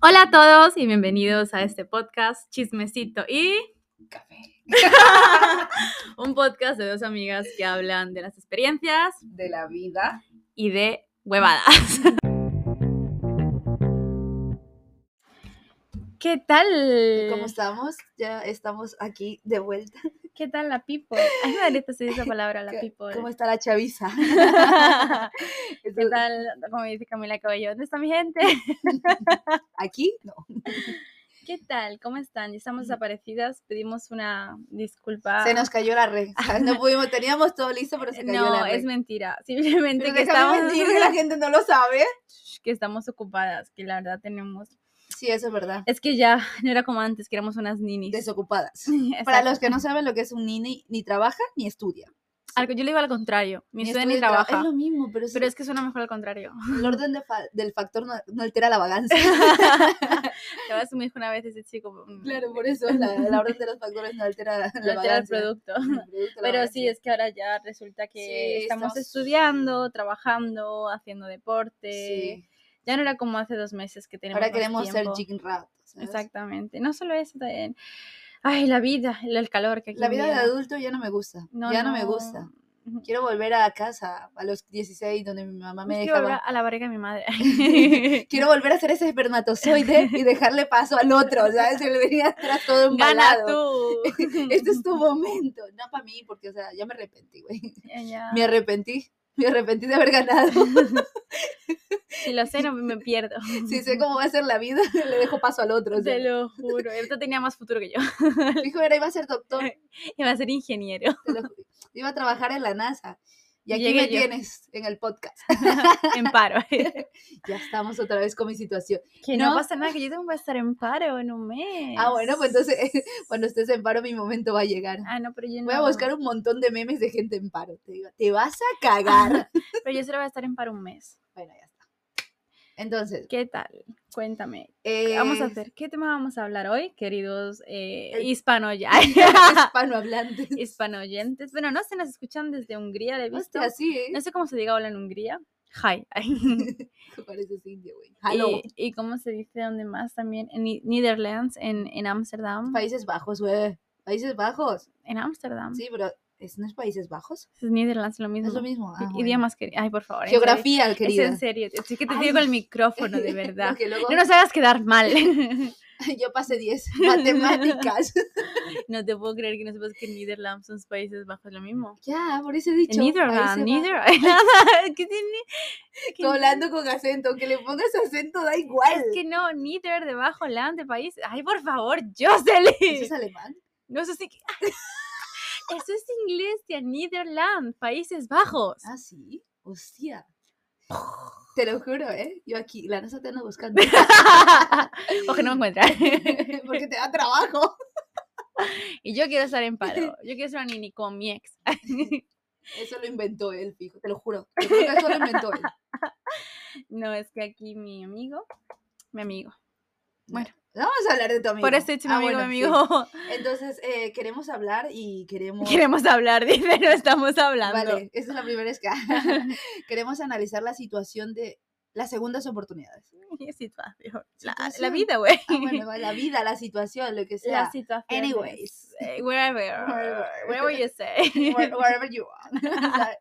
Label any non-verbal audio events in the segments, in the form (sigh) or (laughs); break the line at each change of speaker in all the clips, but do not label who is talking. Hola a todos y bienvenidos a este podcast Chismecito y
Café.
un podcast de dos amigas que hablan de las experiencias
De la vida.
y de huevadas. (laughs) ¿Qué tal?
¿Cómo estamos? Ya estamos aquí de vuelta.
¿Qué tal la people? Ay, me ahorita se dice esa palabra, la people.
¿Cómo está la chaviza?
(laughs) ¿Qué tal? Como dice Camila Cabello, ¿dónde está mi
(laughs)
gente?
¿Aquí? No.
¿Qué tal? ¿Cómo están? Ya estamos desaparecidas, pedimos una disculpa.
Se nos cayó la red.
(laughs)
No pudimos, teníamos todo listo, pero se cayó
no,
la red.
es mentira. (laughs) Simplemente
Pero
que
déjame
estamos, (laughs)
mentir, que la gente no lo sabe.
que estamos ocupadas, que la verdad tenemos.
Sí, eso es verdad.
Es que ya (laughs) no era como antes, que éramos unas (laughs) ninis.
Desocupadas.
Exacto.
Para los que no saben lo que es un nini, ni trabaja ni estudia.
Al- Yo le digo al contrario, ni estudia ni
tra-
trabaja.
Es lo mismo, pero, es-
(laughs) Pero es que suena mejor al contrario. (laughs)
el orden de fa- del factor no, no altera la balanza.
Te vas a me dijo una vez ese chico. mm,
claro, por eso la, la orden de los factores no altera la,
no altera el
balanza.
producto.
El producto, la
(laughs) Pero sí,
balanza.
es que ahora ya resulta que
Sí,
estamos,
estamos-
estudiando, trabajando, haciendo deporte.
Sí.
Ya no era como hace dos meses que teníamos
Ahora
más
queremos ser
tiempo.
chicken rat. ¿sabes?
Exactamente. No solo eso, también. Ay, la vida, el, el calor que aquí
La vida de
envía.
adulto ya no me gusta. ya no, me gusta.
Ujú.
Quiero volver a casa a los 16 donde mi mamá me
Es que volver
dejaba.
a la barriga de mi
(laughs)
madre.
Quiero volver a ser ese espermatozoide
(laughs)
y dejarle paso al otro, ¿sabes? Se le venía atrás todo
Gana
embalado.
(laughs) tú.
Este es tu momento. No para mí, porque, o sea, ya me arrepentí, güey.
Ya, ya.
Me arrepentí. Me arrepentí de haber
(laughs)
ganado.
Si lo sé, no me pierdo. (laughs)
Si sé cómo va a ser la vida, (laughs) le dejo paso al otro. o sea.
Te lo juro. Esto tenía más futuro que yo. (laughs)
Dijo, era, iba a ser doctor.
Iba a ser (laughs) ingeniero.
te lo ju- Iba a trabajar en la NASA. Y aquí
Llegué
me
yo.
tienes en el podcast.
En paro. (laughs)
Ya estamos otra vez con mi situación.
Que no,
No.
pasa nada, que yo tengo que estar en paro en un mes.
Ah, bueno, pues entonces (laughs) cuando estés en paro mi momento va a llegar.
Ah, no, pero yo no.
Voy a buscar un montón de memes de gente en paro. Te digo, te vas a
(laughs)
cagar.
Pero yo solo voy a estar en paro un mes.
bueno, ya está. Entonces, eh,
¿Qué tal? Cuéntame. ¿Qué vamos a
(laughs)
hacer? ¿Qué tema vamos a hablar hoy, queridos eh,
El-
hispano (laughs)
hispanohablantes.
hispanoyentes? Bueno, no se nos escuchan desde Hungría, le he visto.
Hostia, sí, ¿eh? (laughs)
No sé cómo se diga hola en Hungría. (laughs) Hi.
Pareces indio, güey. Hello.
y, y cómo se dice donde más también, en Ni- Netherlands, en en Ámsterdam.
Países Bajos, güey. Países Bajos.
en Ámsterdam.
Sí, pero ¿es, ¿no es Países Bajos?
Es Netherlands, lo mismo.
Es lo mismo. Ah,
I-
bueno.
Idiomas que... Ay, por favor. en serio.
Geografía,
Es
querida.
en serio. Es que te digo el
Ay.
micrófono, de verdad.
(laughs) Porque luego
No nos hagas quedar
(laughs)
mal. (laughs)
yo pasé 10. Matemáticas. (laughs)
no te puedo creer que no sepas que Netherlands son países bajos lo mismo.
ya, por eso he dicho.
Netherlands,
Países
Netherlands. (laughs) ¿Qué tiene? que
Tú hablando con acento, aunque le pongas acento da igual.
Es que no, Nether debajo, land de país. Ay, por favor,
¿Eso
Jocelyn.
es alemán?
No, eso sí que.
Ah.
(laughs) Eso es inglés, tía. Netherlands, Países Bajos.
Ah, sí.
(sighs)
Hostia. Te lo juro, ¿eh? Yo aquí, la NASA te
(laughs)
anda buscando.
o que Ah. no me encuentras.
(laughs) Porque te da trabajo.
(laughs) y yo quiero estar en paro. Yo quiero ser una nini con mi ex. (laughs)
Eso lo inventó él, fijo, te lo juro. Yo creo que eso lo inventó él.
no, es que aquí mi amigo. Mi amigo. Bueno.
No Vamos a hablar de tu amigo.
Por eso he dicho mi
Ah,
amigo,
bueno,
mi
sí.
amigo.
Entonces, eh, queremos hablar y queremos...
(laughs) Queremos hablar, dice, no estamos hablando.
Vale, esa es la primera escala. (laughs) queremos analizar la situación de las segundas oportunidades.
(laughs) Mi situación. La, la
Situación.
vida, güey.
Ah,
(laughs)
bueno, va, la vida, la situación, lo que sea.
la situación. es,
Anyways.
eh, wherever.
Wherever.
Wherever you say.
(laughs) where- wherever you are. (laughs) ¿sabes?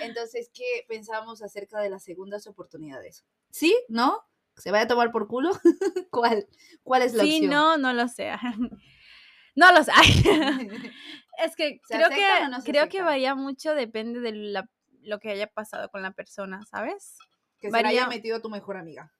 Entonces, ¿qué pensamos acerca de las segundas oportunidades? ¿Sí? ¿No? ¿Se vaya a tomar por culo? (laughs) ¿Cuál? ¿Cuál es la
Sí,
(laughs) opción?
no, no lo sé. (laughs) No lo sé. (laughs) es que
¿Se
creo que,
aceptan o no se
creo que
aceptan?
varía mucho, depende de la- lo que haya pasado con la persona, ¿sabes?
que (laughs) se la
varía-
haya metido tu mejor amiga.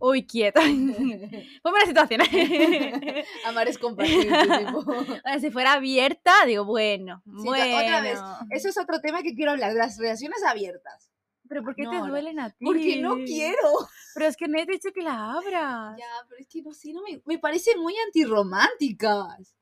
Uy,
(laughs)
quieta. (laughs) Ponme la situación. (laughs)
Amar es compartir. tipo. (laughs)
Ahora, si fuera abierta, digo, bueno,
Sí,
bueno.
la- otra vez, Eso es otro tema que quiero hablar, de las relaciones abiertas.
Pero ¿por qué
no,
te
ahora.
duelen a ti?
Porque no quiero.
Pero es que no he dicho que la abras.
Ya, pero es que no sé, no me, me parecen muy antirrománticas.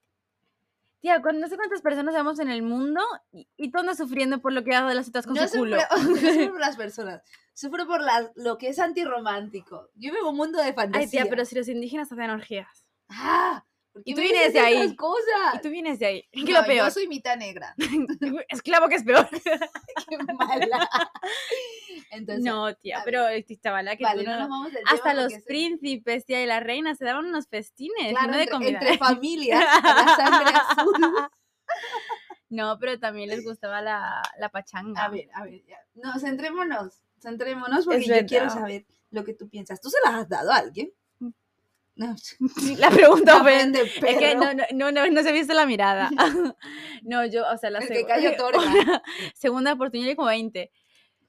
Tía, cuando no sé cuántas personas vemos en el mundo y, y tú andas sufriendo por lo que hago de las otras con
No
su
sufro,
culo.
(laughs) no sufro
(laughs)
por las personas, sufro por las- lo que es antirromántico. Yo vivo en un mundo de fantasía.
Ay, tía, pero si los indígenas hacen orgías.
¡Ah! ¿Por
Y
qué
tú
me
vienes
dices
de ahí.
esas cosas?
Y tú vienes de ahí. (laughs) ¿Qué
Ah, No,
lo peor?
Yo soy mitad negra. (laughs)
Esclavo que es peor.
Qué mala. Entonces,
no, tía,
a ver.
pero existe bala que tú
vale,
no-
no nos vamos del tema
Hasta los
porque es-
príncipes, tía, y la reina se daban unos festines, y
Claro,
no de
entre,
comida.
entre familias,
(laughs)
con la sangre azul.
No, pero también les gustaba la, la pachanga.
A ver, a ver, ya. No, centrémonos, centrémonos porque yo quiero
verdad.
saber lo que tú piensas. ¿Tú se las has dado a alguien? No,
(laughs)
(laughs)
La pregunta fue,
aprende,
es que
perro.
no, no, no, no, no se viste la
(laughs)
mirada. (laughs) no, yo, o sea, la
El que
segu- (laughs)
cayó otorga.
una segunda oportunidad y como 20.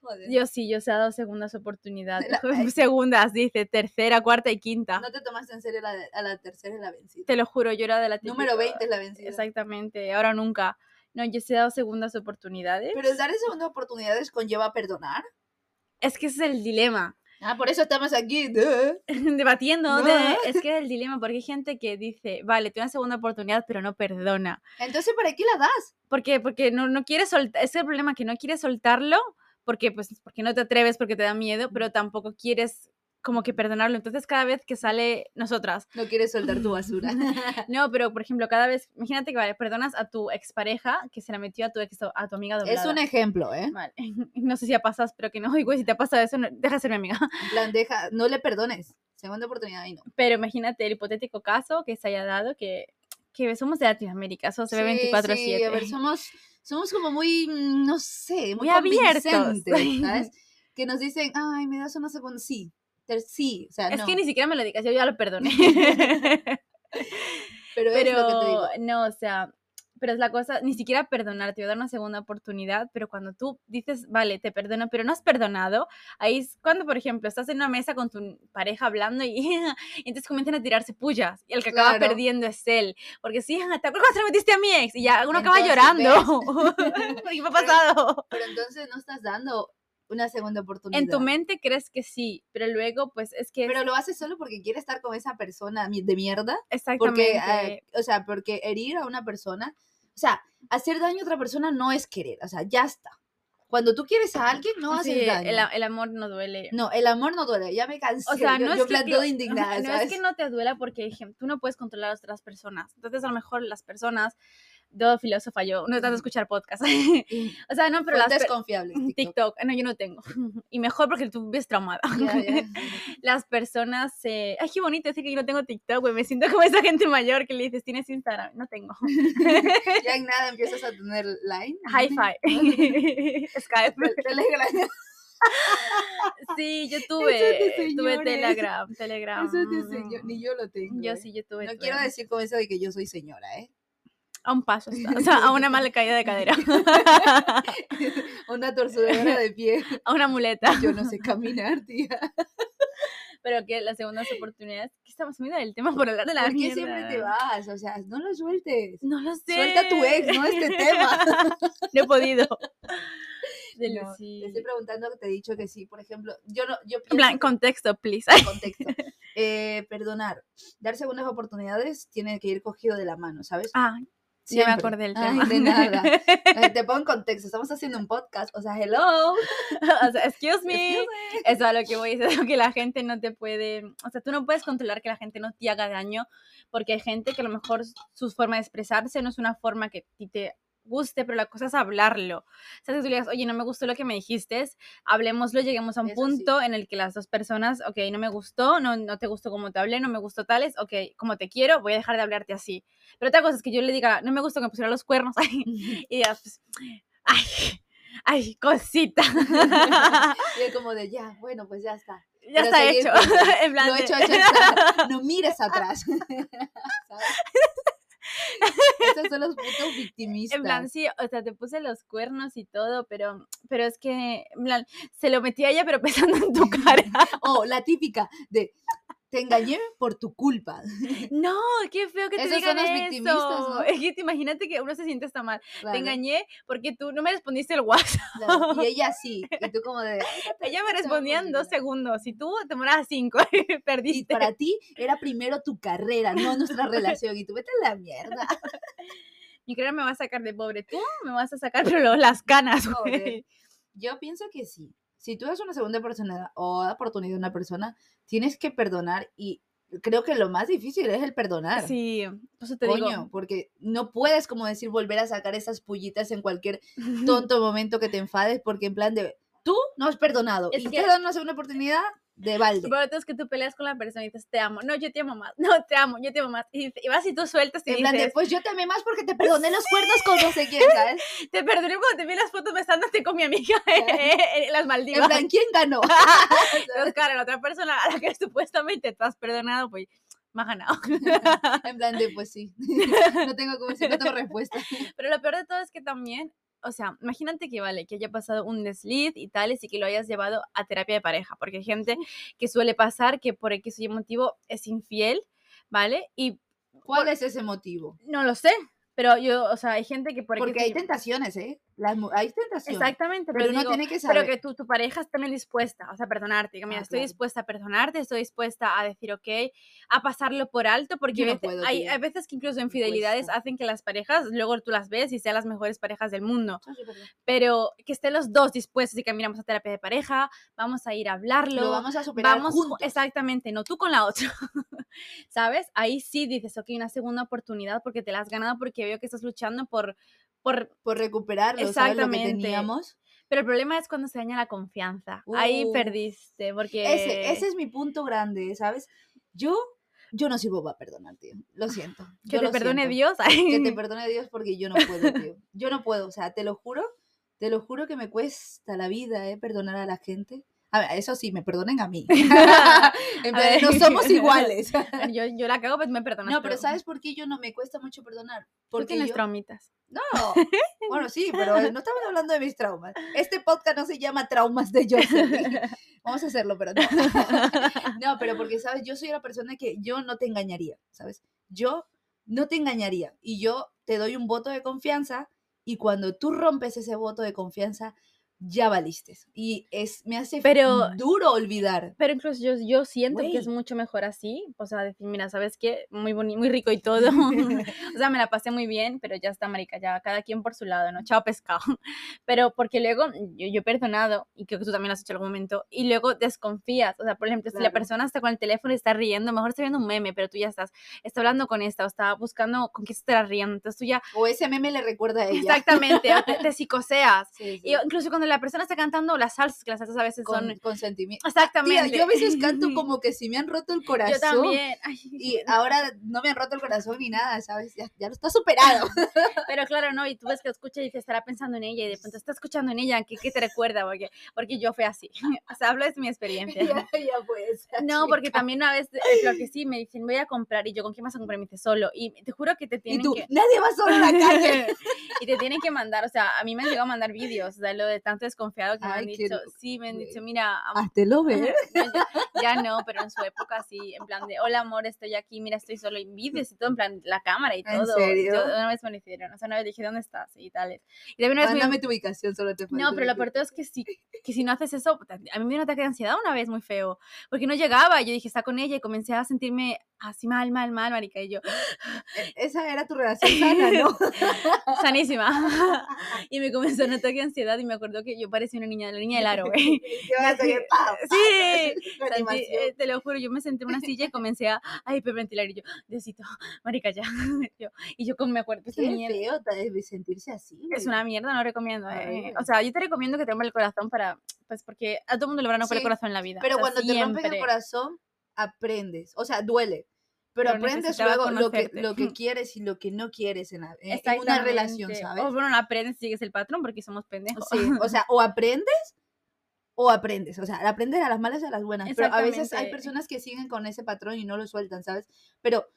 Joder,
Yo sí, yo se ha dado segundas oportunidades. (laughs)
La- ay.
segundas, dice, tercera, cuarta y quinta.
No te tomaste en serio la, de- a la tercera y la vencida.
Ah. Te lo juro, yo era de la
Número
típica-
20 es la vencida.
Exactamente, ahora nunca. No, yo sí he dado segundas oportunidades.
Pero el dar segundas oportunidades conlleva perdonar.
Es que ese es el dilema. (laughs)
Ah, por eso estamos aquí. duh.
Debatiendo,
No. ¿eh?
de- es que es el dilema, porque hay gente que dice, vale, te doy una segunda oportunidad, pero no perdona.
(laughs) Entonces, ¿para qué la das?
¿Por qué? Porque no, no quieres soltar, es el problema que no quieres soltarlo, porque, pues, porque no te atreves, porque te da miedo, pero tampoco quieres como que perdonarlo. Entonces cada vez que sale nosotras,
No quieres soltar tu basura.
(laughs) No, pero por ejemplo, cada vez, imagínate que vale, perdonas a tu expareja que se la metió a tu ex, a tu amiga doblada.
es un ejemplo, ¿eh?
Vale. (laughs) No sé si ha pasado, pero que no, (laughs) Ay, güey, si te ha pasado eso, no- deja de ser mi amiga. (laughs)
En plan, deja, no le perdones. Segunda oportunidad y no.
Pero imagínate el hipotético caso que se haya dado que, que somos de Latinoamérica, eso se ve 24-7.
Sí, a ver, somos, somos como muy, mm, no sé, muy,
Muy abiertos. (laughs)
convincentes, ¿sabes? Que nos dicen, ay, me das una segunda, sí, ter- sí, o sea,
es
no,
que ni siquiera me lo digas, yo ya lo perdoné.
(laughs) pero, es lo que te digo.
(laughs) pero no, o sea, pero es la cosa, ni siquiera perdonarte, o dar una segunda oportunidad, pero cuando tú dices, vale, te perdono, pero no has perdonado, ahí es cuando, por ejemplo, estás en una mesa con tu pareja hablando y, (laughs) y entonces comienzan a tirarse pullas y el que acaba
Claro.
perdiendo es él, porque sí, "Ah, ¿te acuerdas cuando te metiste a mi ex? Y ya uno acaba
Entonces,
llorando. (laughs) ¿Qué
(laughs)
me ha
Pero-
pasado?
Pero entonces no estás dando una segunda oportunidad.
En tu mente crees que sí, pero luego pues es que... es-
Pero lo haces solo porque quieres estar con esa persona mi- de mierda, porque,
exactamente.
ah, o sea, porque herir a una persona, o sea, hacer daño a otra persona no es querer, o sea, ya está. Cuando tú quieres a alguien, no haces
Sí,
daño.
el, a- el amor no duele.
No, el amor no duele, ya me cansé.
O sea,
yo,
no
yo
es que
planteo
te-
indignada,
no
¿sabes?
es que no te duela porque ejem, tú no puedes controlar a las otras personas. Entonces, a lo mejor las personas, todo filósofa yo, no es tanto
Ujú.
escuchar podcast.
(laughs)
(laughs)
Y-
o sea, no, pero las
Fuentes
per-
confiables. TikTok.
TikTok, ah, no, yo no tengo. (laughs) Y mejor porque tú ves traumada.
Ya, ya.
(laughs) Las personas, eh, ay, qué bonito decir que yo no tengo TikTok, güey. Me siento como esa gente mayor que le dices, tienes Instagram, no tengo.
(laughs) Ya en nada empiezas a tener line. (laughs)
Hi-Fi, (laughs) Skype.
Te-
(laughs)
Telegram.
Sí, yo tuve, tuve
señores.
Telegram, Telegram.
Eso es de señor. Ni yo lo tengo.
Yo
eh.
sí, yo tuve.
No
tuve.
quiero decir con eso de que yo soy señora, ¿eh?
A un paso está, (laughs) o sea, a una mala caída de cadera, (laughs)
(laughs) Una torcedora de pie. (laughs)
a una muleta.
Yo no sé caminar, tía.
Pero que las segundas oportunidades, ¿qué estamos viendo del tema por hablar de (laughs) la
¿Por qué
mierda?
siempre te vas? O sea, no lo sueltes.
No lo sé.
Suelta a tu ex, no este tema.
(laughs) no he podido. De
No,
lo- sí.
Te estoy preguntando, te he dicho que sí, por ejemplo, yo no, yo
En
pienso
plan, contexto, please. (laughs)
el contexto. Eh, perdonar, dar segundas oportunidades tiene que ir cogido de la mano, ¿sabes?
Ah, ya me
Siempre.
acordé del
Ay,
tema.
de nada.
(laughs)
Eh, Te pongo en contexto, estamos haciendo un podcast, o sea, hello.
(laughs) o sea, excuse me.
Excuse
Eso a lo que voy es eso, que la gente no te puede, o sea, tú no puedes controlar que la gente no te haga daño, porque hay gente que a lo mejor s- su forma de expresarse no es una forma que a ti te guste, pero la cosa es hablarlo. O sea, si tú le digas, oye, no me gustó lo que me dijiste, hablemoslo, lleguemos a un
Eso sí.
punto en el que las dos personas, ok, no me gustó, no, no te gustó como te hablé, no me gustó tales, ok, como te quiero, voy a dejar de hablarte así. Pero otra cosa es que yo le diga, no me gustó que me pusiera los cuernos, (laughs)
me.
y digas, pues, ay, ay,
(laughs)
cosita.
Y es como de ya, bueno, pues ya está.
ya
Pero
está
seguir
hecho.
pensando.
en plan
Lo
de-
hecho,
(laughs)
hecho está. No mires
Ah.
atrás. (laughs) ¿Sabes? Esos son los putos victimistas.
En plan, sí, o sea, te puse los cuernos y todo, pero, pero es que, en plan, se lo metí a ella, pero (laughs) pensando en tu
(laughs)
cara.
O la típica de te engañé por tu culpa.
No, qué feo que te
Esos
digan
son los
eso.
victimistas, ¿no?
Es que te imagínate que uno se siente hasta mal.
Claro,
Te engañé porque tú no me respondiste el WhatsApp.
claro. Y ella sí. Y tú como de. "Ay, no
(laughs)
te (laughs)
Ella me
respondo,
respondía en dos
señora".
segundos y tú te demorabas cinco. (laughs)
Y
Perdiste.
para ti era primero tu carrera, no
(laughs)
nuestra relación. Y tú vete a la mierda.
Mi carrera me va a sacar de pobre. Tú me vas a sacar pero luego las canas,
Joder.
güey.
Yo pienso que sí. Si tú das una segunda oportunidad o oportunidad a una persona, tienes que perdonar y creo que lo más difícil es el perdonar.
Sí, por eso te
coño,
digo.
porque no puedes, como decir, volver a sacar esas pullitas en cualquier
(laughs)
tonto momento que te enfades, porque en plan de tú no has perdonado
Es
y
que-
te dan una segunda oportunidad de balde.
Por otro es que tú peleas con la persona y dices, te amo. No, yo te amo más. (laughs) No, te amo, yo te amo más. Y, y vas y tú sueltas y
En plan de,
dices,
pues yo te amé más porque te perdoné los cuernos con
(laughs)
no sé quién, ¿sabes?
te perdoné cuando te vi las fotos besándote con mi amiga (laughs) en las
En
Maldivas.
plan, ¿quién
(laughs)
ganó?
Entonces, claro, la otra persona a la que (laughs) supuestamente te has perdonado, pues, me ha
(laughs)
ganado. (laughs)
En plan de, pues sí. (laughs) No tengo como decir, no
(laughs)
tengo respuesta.
Pero lo peor de todo es que también, o sea, imagínate que vale, que haya pasado un desliz y tales y que lo hayas llevado a terapia de pareja, porque hay gente que suele pasar que por X o Y motivo es infiel, ¿vale? Y
¿Cuál es ese motivo?
no lo sé, pero yo, o sea, hay gente que por X
Porque
o
hay
Y-
tentaciones, ¿eh? Las mu- hay tentaciones.
Exactamente,
Pero uno
digo,
tiene que
pero
saber.
que tú, tu pareja está también dispuesta, o sea, a perdonarte. Que, mira,
Ah,
estoy
claro.
dispuesta a perdonarte, estoy dispuesta a decir ok, a pasarlo por alto, porque
Yo no
a veces-
puedo,
hay,
tía,
hay veces que incluso
me
infidelidades
cuesta.
hacen que las parejas, luego tú las ves y sean las mejores parejas del mundo.
Ah, sí, perdón.
Pero que estén los dos dispuestos y que miramos a terapia de pareja, vamos a ir a hablarlo,
Lo vamos a superar
vamos ju-
juntos.
exactamente, no tú con la otra, (laughs) ¿sabes? Ahí sí dices, ok, una segunda oportunidad porque te la has ganado, porque veo que estás luchando por... por
Por recuperarlo, ¿sabes? Lo que
Exactamente.
teníamos.
Pero el problema es cuando se daña la confianza. Ahí
Uf.
perdiste, porque...
Ese, ese es mi punto grande, ¿sabes? Yo, yo no sirvo para perdonar, tío. Lo siento.
Ah, Que
yo
te
lo
perdone
siento.
Dios. (laughs)
Que te perdone Dios porque yo no puedo, tío. Yo no puedo, o sea, te lo juro, te lo juro que me cuesta la vida, ¿eh? Perdonar a la gente. A ver, eso sí, me perdonen
(laughs)
a mí. en plan,
ver.
no
(laughs)
somos iguales.
yo, yo la cago, pues me perdonas.
No, pero ¿sabes por qué yo no me cuesta mucho perdonar?
Porque
Porque
tienes
yo...
traumitas. (laughs)
No. Bueno, sí, pero eh, no estamos hablando de mis traumas. Este podcast no se llama Traumas de
(laughs)
Jocelyn. Vamos a hacerlo, pero no. (laughs) No, pero porque, ¿sabes? Yo soy la persona que yo no te engañaría, ¿sabes? Yo no te engañaría. Y yo te doy un voto de confianza y cuando tú rompes ese voto de confianza, ya valiste. Y es, me hace
Pero-
duro olvidar.
Pero incluso yo, yo siento que es
Güey.
mucho mejor así. O sea, decir, mira, ¿sabes qué? Muy bonito, muy rico y todo. (laughs) o sea, me la pasé muy bien, pero ya está, marica, ya cada quien por su lado, ¿no? Chao, pescado. (laughs) Pero porque luego yo, yo he perdonado, y creo que tú también lo has hecho en algún momento, y luego desconfías. O sea, por ejemplo, si la
Claro.
persona está con el teléfono y está riendo, mejor está viendo un meme, pero tú ya estás, está hablando con esta, o está buscando con quién se estará riendo. Entonces tú ya
(laughs) O ese meme le recuerda a ella.
Exactamente, o te, te
(laughs)
psicoseas.
Sí, sí.
Y incluso cuando la persona está cantando las salsas, que las salsas a veces
Con,
son...
con sentimiento. Tía,
Exactamente.
yo a veces
(laughs)
canto como que si me han roto el corazón.
Yo también. Ay,
Y ahora no me han roto el corazón ni nada, ¿sabes? Ya, ya lo está
(laughs)
superado.
pero claro, no, y tú ves que escucha y dices, estará pensando en ella, y de pronto está escuchando en ella, ¿qué, qué te recuerda? Porque, porque yo fui así. (laughs) O sea, hablo de mi
(laughs)
experiencia.
pues.
No, porque también una vez, eh, lo que sí, me dicen, voy a comprar, y yo, ¿con quién vas a comprar? Y me dice, solo. Y te juro que te
Y
tienen
(laughs) tú,
que...
nadie va solo a
(laughs)
la calle.
y te tienen que mandar, o sea, a mí me han llegado a mandar vídeos, de lo de tanto desconfiado que me han
Ay, qué
dicho,
loco,
sí, me han dicho,
güey.
mira, am-
(laughs) Háztelo ver.
No, ya, ya no, pero en su época sí, en plan de, hola amor, estoy aquí, mira, estoy solo, y vídeos y todo, en plan, la cámara y
¿En
todo.
serio?
Yo- una vez me lo hicieron, o sea, una vez dije, ¿dónde estás? Y tales. Y también una vez me-
Mándame tu ubicación, solo te falta.
No, pero lo
la
peor de todo es que si,
(laughs)
que si no haces eso, puta, a mí me dio un ataque de ansiedad una vez muy feo, porque no llegaba, yo dije, está con ella, y comencé a sentirme así mal, mal, mal, marica, y yo,
E, Esa era tu relación
(laughs)
sana, ¿no? (laughs)
sanísima. (laughs) y me comenzó un ataque de ansiedad, y me acuerdo que yo parecía una niña, la niña del aro,
(laughs)
güey.
Te vas a ir, pa, pa,
Sí,
(laughs) con
Santi,
animación.
eh, te lo juro, yo me senté en una silla y comencé a ay, hiperventilar y yo, Diosito, marica, ya. (laughs) Yo- y yo con mi cuerpo es,
Qué
una mierda,
feo ta- de sentirse así.
es
güey.
una mierda, no recomiendo. eh.
Horrible.
O sea, yo te recomiendo que te rompa el corazón para, pues porque a todo mundo le van a romper el
Sí,
corazón en la vida.
Pero
o sea,
cuando te rompen el
siempre.
corazón, aprendes. O sea, duele. Pero,
Pero
aprendes
necesitaba
luego lo que,
conocerte. (laughs)
lo que quieres y lo que no quieres en, la- eh, en- en una relación,
Exactamente.
¿sabes?
O bueno, no aprendes, sigues el patrón porque somos pendejos.
Sí, o sea, o aprendes o aprendes. O sea, aprendes a las malas y a las buenas. Pero a veces hay
Exactamente.
personas que siguen con ese patrón y no lo sueltan, ¿sabes? Pero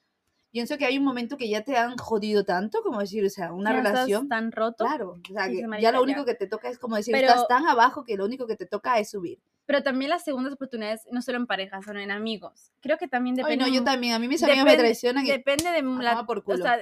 pienso que hay un momento que ya te han jodido tanto, como decir, o sea, una
Ya estás
relación.
tan roto.
Claro, o sea,
dices,
que
"Marica,
ya
ya".
lo único que te toca es como decir,
Pero-
estás tan abajo que lo único que te toca es subir.
Pero también las segundas oportunidades, no solo en parejas, sino en amigos. Creo que también
Ay,
depende.
no, yo
mu-
también, a mí mis amigos me
depende-
traicionan y
Depende de
a
la
tomar por
o
culo.
sea,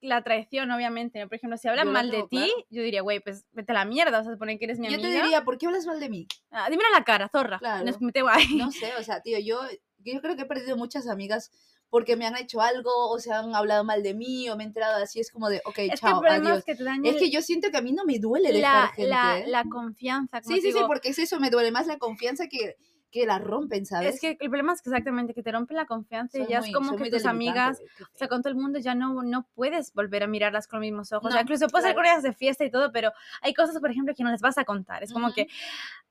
la traición, obviamente. ¿no? Por ejemplo, si hablan
Yo la
mal de
tengo
ti,
clara.
yo diría, güey, pues vete a la mierda, o sea, supone que eres mi
yo
amiga.
te diría, ¿por qué hablas mal de mí?
Ah, dímelo a la cara, zorra.
Claro.
Nos mete guay.
No sé, o sea, tío, yo, yo creo que he perdido muchas amigas porque me han hecho algo, o se han hablado mal de mí, o me he enterado así, es como de,
(laughs) es
ok,
que el
chao,
problema
adiós.
es que te daña
Es que yo siento que a mí no me duele
la,
dejar gente.
la,
¿eh?
la confianza. como
sí, sí,
digo,
sí, porque es eso, me duele más la confianza que que la rompen, ¿sabes?
Es que el problema es que exactamente que te rompe la confianza
Soy
y ya
muy-
es como
soy
que
muy
tus
delicada,
amigas,
güey, qué
o sea,
feo.
con todo el mundo ya no, no puedes volver a mirarlas con los mismos ojos.
No,
ya incluso puedes hacer
claro.
con ellas de fiesta y todo, pero hay cosas, por ejemplo, que no les vas a contar. Es como
Ujú.
que,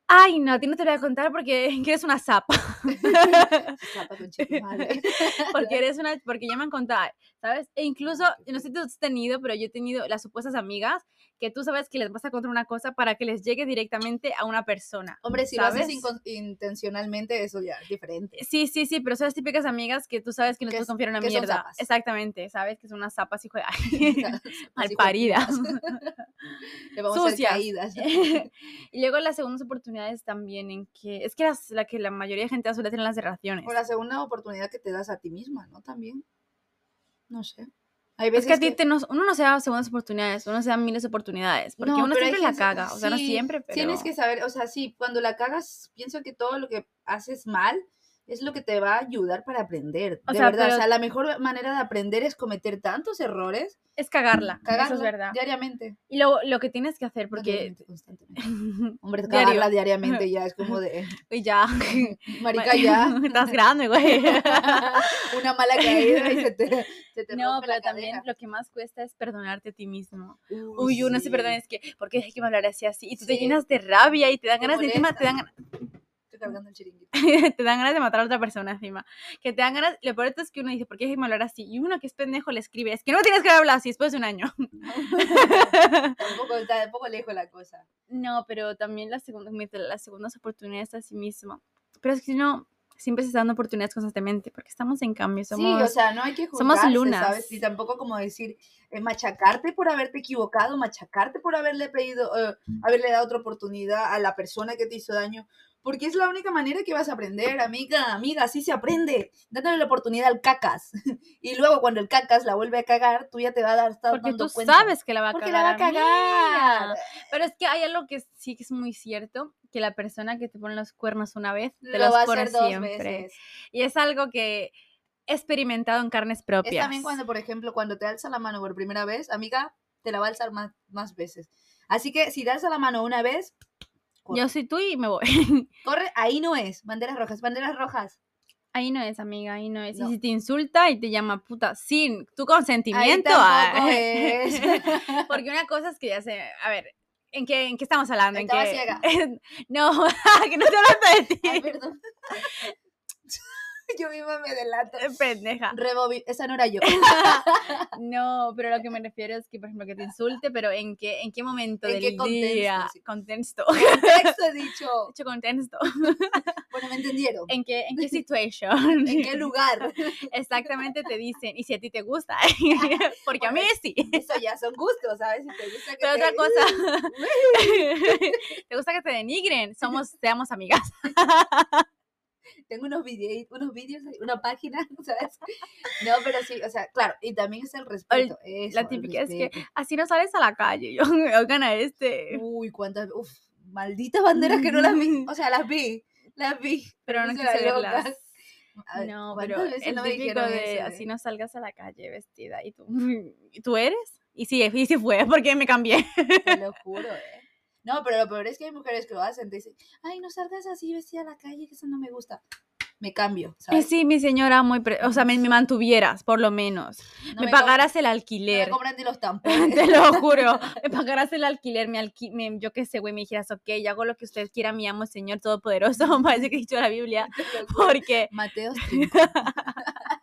ay, no, a ti no te lo voy a contar porque (laughs) eres una
(laughs)
zapa, (laughs)
Zapa con chetumadre.
porque eres una, porque ya me han contado, ¿sabes? E incluso,
Ay, qué
no sé si tú has tenido, pero yo he tenido las supuestas amigas que tú sabes que les vas a contar una cosa para que les llegue directamente a una persona.
Hombre, si lo haces
¿Sabes?
incon- intencionalmente, eso ya es diferente.
Sí, sí, sí, pero son las típicas amigas que tú sabes que no
Que
te puedes
es-
confiar en una
que son
mierda.
zapas.
Exactamente, sabes que son unas zapas
(laughs)
y juega. (laughs)
O sea, zapas, hijo de
Malparidas.
Le vamos a hacer
Sucias.
caídas.
(laughs) y luego las segundas oportunidades también en que es que las, la que la mayoría de gente suele tener en las relaciones.
O la segunda oportunidad que te das a ti misma, ¿no? También. No sé. Hay
es
veces
que a ti te nos- uno no se da segundas oportunidades, uno se da miles de oportunidades, porque
No,
uno
pero hay
siempre la
gente-
caga, o sea, no
sí,
siempre, pero
Tienes que saber, o sea, sí, cuando la cagas, pienso que todo lo que haces mal es lo que te va a ayudar para aprender.
O
de
sea,
verdad, o
pero-
sea, la mejor manera de aprender es cometer tantos errores,
es cagarla,
cagarla
eso es verdad.
diariamente. No
Y luego lo que tienes que hacer porque
diariamente, constantemente. Hombre,
Diario.
cagarla diariamente ya es como de,
(laughs) Uy, ya,
(laughs)
(laughs)
marica, ya.
estás grande, güey.
(laughs)
(laughs)
Una mala caída y se te, se te
No,
rompe la
pero también
cadera.
lo que más cuesta es perdonarte a ti mismo. Uy, uno se perdona,
sí,
es que, ¿por qué dejé que me hablara así así? Y tú te
Sí.
llenas de rabia y te dan
Te
ganas de encima, te dan,
Estoy cargando el chiringuito. (laughs)
(laughs) te dan ganas de matar a otra persona encima. Que te dan ganas, lo peor de todo es que uno dice, ¿por qué dejé que me hablara así? Y uno que es pendejo le escribe, es que no me tienes que haber hablado así después de un año. (laughs)
tampoco, está un poco lejos la cosa.
No, pero también las segundas, las segundas oportunidades a sí mismo. Pero es que no, siempre se está dando oportunidades constantemente, porque estamos en cambio, somos...
sí, o sea, no hay que
somos
juzgarse, somos
lunas.
¿sabes? Y tampoco como decir eh, machacarte por haberte equivocado, machacarte por haberle pedido, eh, haberle dado otra oportunidad a la persona que te hizo daño. Porque es la única manera que vas a aprender, amiga, amiga, así se aprende. Dándole la oportunidad al cacas. (laughs) y luego cuando el cacas la vuelve a cagar, tú ya te vas a dar estar
porque
dando
tú
cuenta.
sabes que la va a
Porque
cagar.
la va a
amiga.
cagar.
Pero es que hay algo que sí que es muy cierto, que la persona que te pone los cuernos una vez, te
Lo
los
va a
pone
hacer dos
siempre.
veces.
Y es algo que he experimentado en carnes propias.
Es también cuando, por ejemplo, cuando te alza la mano por primera vez, amiga, te la va a alzar más, más veces. Así que si te alza la mano una vez,
Yo soy tú y me voy. (laughs)
corre, ahí no es. Banderas rojas, banderas rojas.
Ahí no es, amiga, ahí no es.
No.
Y si te insulta y te llama puta sin tu consentimiento.
Ahí tampoco
ah, (laughs)
es.
Porque una cosa es que ya sé, a ver, ¿en qué, en qué estamos hablando? ¿En
Estaba
qué?
ciega.
(laughs) no, (laughs) que no estoy hablando de
Ay,
ti.
perdón. (laughs) Yo misma me delato.
(laughs) Pendeja.
Rebobi- esa no
(laughs)
era yo.
No, pero lo que me refiero es que, por ejemplo, que te insulte, pero ¿en qué, en qué momento
¿En
del
qué contexto?
día?
Sí.
Contexto.
Texto he dicho.
(laughs) Mucho contexto.
Bueno, me entendieron.
¿En qué, en (laughs) qué situación? (laughs)
¿En qué lugar?
Exactamente te dicen, y si a ti te gusta, (laughs) porque a mí
Bueno,
sí.
Eso ya son gustos, ¿sabes? Si te gusta que
Pero
te-
otra cosa,
(laughs)
¿te gusta que te denigren? Somos, seamos amigas.
tengo unos videos, unos vídeos, ahí, una página, (laughs) ¿sabes? No, pero sí, o sea, claro, y también es el respeto. eso,
La
el
típica es que
respeto.
así no sales a la calle. Yo, (laughs) oigan a este.
Uy, cuántas, uf, malditas banderas que no las vi, o sea, las vi, las vi.
Pero no
hice
quise
la loca.
verlas.
A ver,
No,
¿cuántas
pero
veces
el
no me
típico
dijeron
de
eso,
así
eh?
no salgas a la calle vestida. ¿Y tú, (laughs) ¿y tú eres? Y sí, y sí fue, porque me cambié.
Te lo juro, ¿eh? No, pero lo peor es que hay mujeres que lo hacen, te dicen, ay, no salgas así vestida a la calle, que eso no me gusta. Me cambio,
Y
¿sabes?
sí, mi señora, muy pre- o sea, me, me mantuvieras, por lo menos.
No
me
co-
pagaras el
no me
alquiler.
compran ni
(laughs)
los
Te
tampones.
lo juro. Me pagarás el alquiler, me alqui me- yo qué sé, güey, me dijeras, ok, yo hago lo que usted quiera, mi amo, Señor Todopoderoso, (laughs) parece que he dicho la Biblia,
(laughs) Te lo juro.
porque
Mateos Trincón.
(laughs)
(laughs)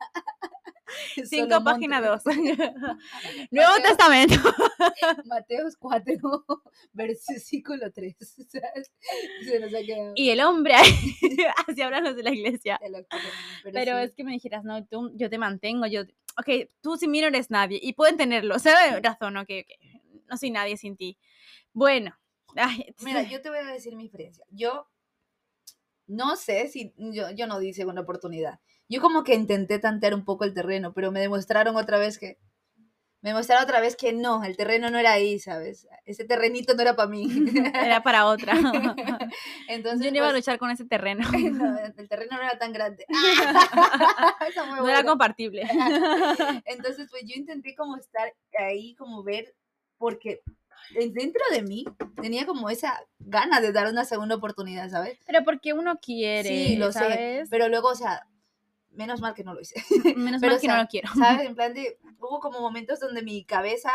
cinco
Solomón
página
Trincón.
dos.
(laughs)
Nuevo
Mateo.
Testamento.
Mateos (laughs) 4, versículo (laughs) 3. Se nos ha quedado.
Y el hombre, (laughs) así hablan los de la iglesia.
Te lo juro, pero
Pero
sí.
es que me dijeras, no, tú, yo te mantengo, yo, ok, tú sin mí no eres nadie, y pueden tenerlo, o sea, razón, ok, ok, no soy nadie sin ti. Bueno, ay,
Mira, yo te voy a decir mi experiencia. Yo no sé si yo, yo no di segunda oportunidad. Yo como que intenté tantear un poco el terreno, pero me demostraron otra vez que me demostraron otra vez que no, el terreno no era ahí, ¿sabes? Ese terrenito no era
(laughs)
para mí.
(laughs) era para otra.
(laughs) Entonces
yo no iba a
pues,
luchar con ese
(laughs)
terreno. (laughs)
no, el terreno no era tan grande. (laughs) Esa fue
No era
buena. (laughs)
compartible. (laughs)
Entonces, pues yo intenté como estar ahí, como ver, porque en- dentro de mí tenía como esa gana de dar una segunda oportunidad, ¿sabes?
Pero porque uno quiere,
sí, lo
¿sabes?
sé. Pero luego, o sea, menos mal que no lo hice.
(laughs)
(laughs)
Menos
pero,
mal
o
que
sea,
no lo quiero.
¿Sabes? En plan de, hubo como momentos donde mi cabeza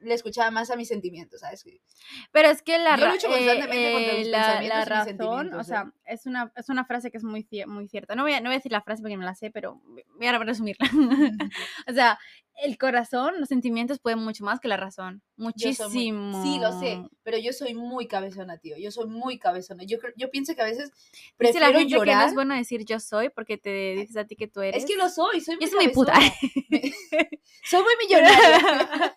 le escuchaba más a mis sentimientos, ¿sabes?
(laughs) Pero es que la,
Yo
ra- eh,
lucho constantemente contra mis
la, la
pensamientos y mis
razón,
sentimientos,
o
¿eh?
sea, es una, es una frase que es muy, cie- muy cierta. No voy, a, no voy a decir la frase porque me la sé, pero voy a resumirla. (laughs) o sea, el corazón, los sentimientos pueden mucho más que la razón.
Yo soy muy-
Muchísimo.
sí, lo sé, pero yo soy muy cabezona, tío. Yo soy muy cabezona. Yo, creo- yo pienso que a veces
Dice la
prefiero
gente que no
llorar.
es bueno decir yo soy porque te dices a ti que tú eres.
es que lo soy, soy muy
yo soy muy puta.
(laughs) cabezona. Soy muy millonaria.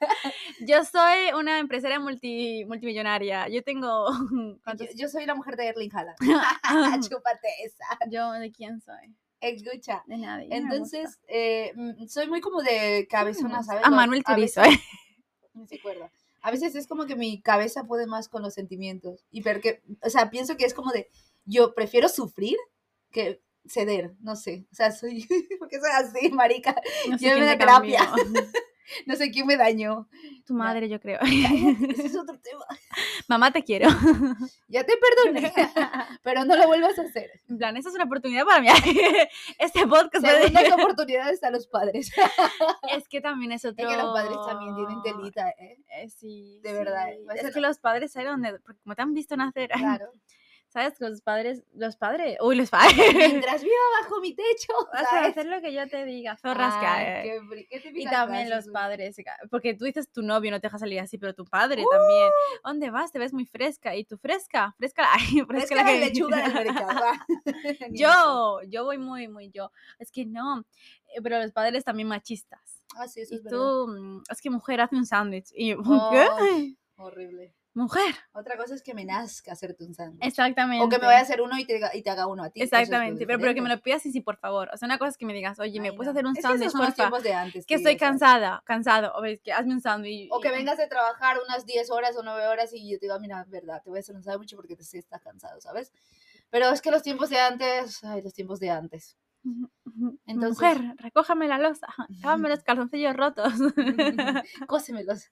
yo soy una empresaria multi, multimillonaria. Yo tengo. (laughs) ¿cuántos?
(laughs) yo, yo soy la mujer de Erling (laughs) Haaland. ah.
Yo,
Chúpate esa.
de quién soy?
Escucha.
De nadie. no me gusta.
Entonces, eh, mm, soy muy como de cabezona, ¿sabes?
mm, A
Lo-
Manuel ¿eh? Turizo,
veces- (laughs) No se acuerda. A veces es como que mi cabeza puede más con los sentimientos. Y porque, o sea, pienso que es como de, yo prefiero sufrir que ceder, no sé. O sea, soy, (laughs) porque soy así, marica.
No sé
Llévame
quién
a
te
terapia.
cambió.
No sé quién me (laughs) dañó.
(laughs) Tu
Ya.
madre, yo creo.
Cállate, Ese es otro tema.
(laughs) Mamá, te
(laughs)
quiero. (laughs)
Ya te perdoné, (laughs) pero no lo vuelvas a hacer.
En plan, esa es una oportunidad para mí. (laughs) Este (laughs) podcast va a
Segunda
decir-
oportunidades a los padres. (laughs)
es que también es
Es
otro.
que los padres también tienen
(laughs)
telita, ¿eh?
Eh, sí.
De verdad,
sí.
va a
Es
ser-
que los padres saben dónde. Porque como te han visto nacer.
Claro.
(laughs) ¿Sabes? Que Los padres. Los padres. Uy, los
(laughs)
padres. (laughs)
Mientras viva bajo mi techo.
Vas a
¿sabes?
hacer lo que yo te diga.
Ay,
Zorrasca.
qué bri- qué
Y
típica
también
frase,
los
güey.
padres, ga- porque tú dices tu novio no te deja salir así, pero tu padre también.
¡Uh!
¿Dónde vas? Te ves muy fresca. ¿Y tú fresca? Fresca (laughs) la, ay,
Es
fresca
que
la
la
que- (laughs)
lechuga del mercado. ah. (laughs) Ni
Yo,
eso.
yo voy muy, muy yo. Es que no, eh, pero los padres también machistas.
Ah, sí, eso
Y
es verdad. Oh.
tú, mm, es que mujer hace un sándwich. Y (laughs) yo,
Ay,
¿qué?
Horrible.
Mujer.
Otra cosa es que me nazca hacerte un sándwich.
Exactamente.
O que me vaya a hacer uno y te, haga- y te haga uno a ti. eso es lo
Exactamente, pero, pero que me
diferente.
lo pidas y sí, por favor. O sea, una cosa es que me digas, oye, ¿me
Ay,
puedes
no.
hacer un
Es que esos
sándwich,
son los
porfa?
tiempos de antes,
Que
tío,
estoy
o sea.
cansada, cansado. O es que hazme un sándwich.
O
y-
que vengas de trabajar unas 10 horas o 9 horas y yo te diga, mira, verdad, te voy a hacer un sándwich porque te sí estás cansado, ¿sabes? Pero es que los tiempos de antes, ay, los tiempos
(laughs)
de antes. Entonces-
Mujer, recójame la losa, lávame los calzoncillos rotos. (laughs)
Cósemelos.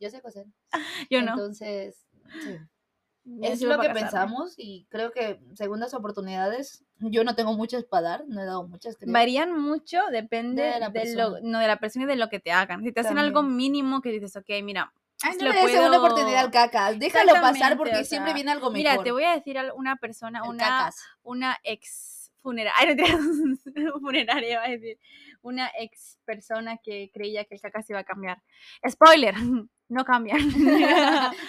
Yo sé coser.
Yo no.
Entonces, sí.
yo
es
sirvo
lo que
para casarme.
pensamos y creo que segundas oportunidades, yo no tengo muchas para dar, no he dado muchas, creo.
Varían mucho, depende
De
de,
la
lo, no, de la persona y de lo que te hagan. Si te hacen algo
También.
mínimo que dices, ok, mira,
Ay, no
lo
le des segunda
puedo-
oportunidad al caca, déjalo pasar
Exactamente,
porque
o
siempre
sea,
viene algo mejor.
mira, te voy a decir a una persona,
al
una, (laughs)
cacas.
una ex funeraria, (laughs) funeraria iba a decir, una ex persona que creía que el caca se iba a cambiar. Spoiler, (laughs) no
(laughs)
cambian.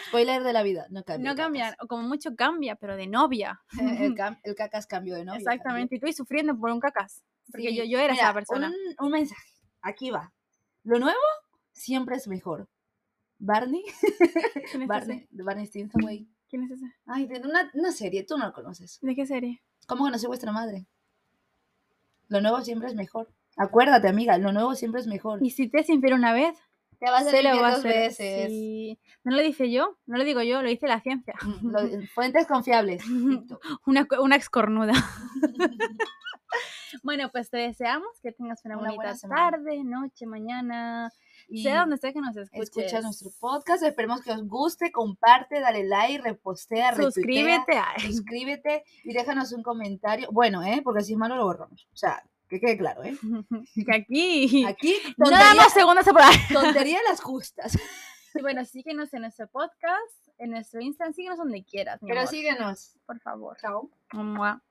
Spoiler de la vida, no cambia.
no
el cacas.
cambian, o como mucho cambia, pero de novia.
Eh, (laughs) El, cam- el cacas cambió de novio. también.
Exactamente, y tú y sufriendo por un cacas. Porque yo,
Sí,
yo era
mira,
esa persona.
Un, un mensaje, aquí va. Lo nuevo siempre es mejor.
(laughs)
Barney,
Este ¿Quién es, ese?
Barney, Barney Stinson, güey.
¿Quién es ese?
Ay, de una, una serie, tú no la conoces.
¿De qué serie?
¿Cómo conocí vuestra madre? Lo nuevo siempre es mejor. Acuérdate, amiga, lo nuevo siempre es mejor.
Y si te es infiel una vez,
Te vas a
se lo
arrepentir
va a
dos
hacer.
veces.
sí. No lo dije yo, no lo digo yo, lo dice la ciencia. (laughs)
Mm, lo- fuentes confiables. TikTok.
Una, cu- una excornuda. (laughs) bueno, pues te deseamos que tengas una,
Una buena
bonita
semana.
tarde, noche, mañana,
Y
sea donde sea que nos escuches.
escucha nuestro podcast. Esperemos que os guste. Comparte, dale like, repostea, retuitea.
Suscríbete a
suscríbete y déjanos un comentario. Bueno, ¿eh? Porque si es malo lo borramos. O sea, que quede claro, ¿eh?
(laughs) que aquí,
Aquí
(laughs) no
tontería,
damos segundas por (laughs) ahí.
tontería las justas.
Y bueno, síguenos en nuestro podcast, en nuestro Instagram, síguenos donde quieras, mi
Pero
amor,
síguenos.
por favor.
Chao.
Mua.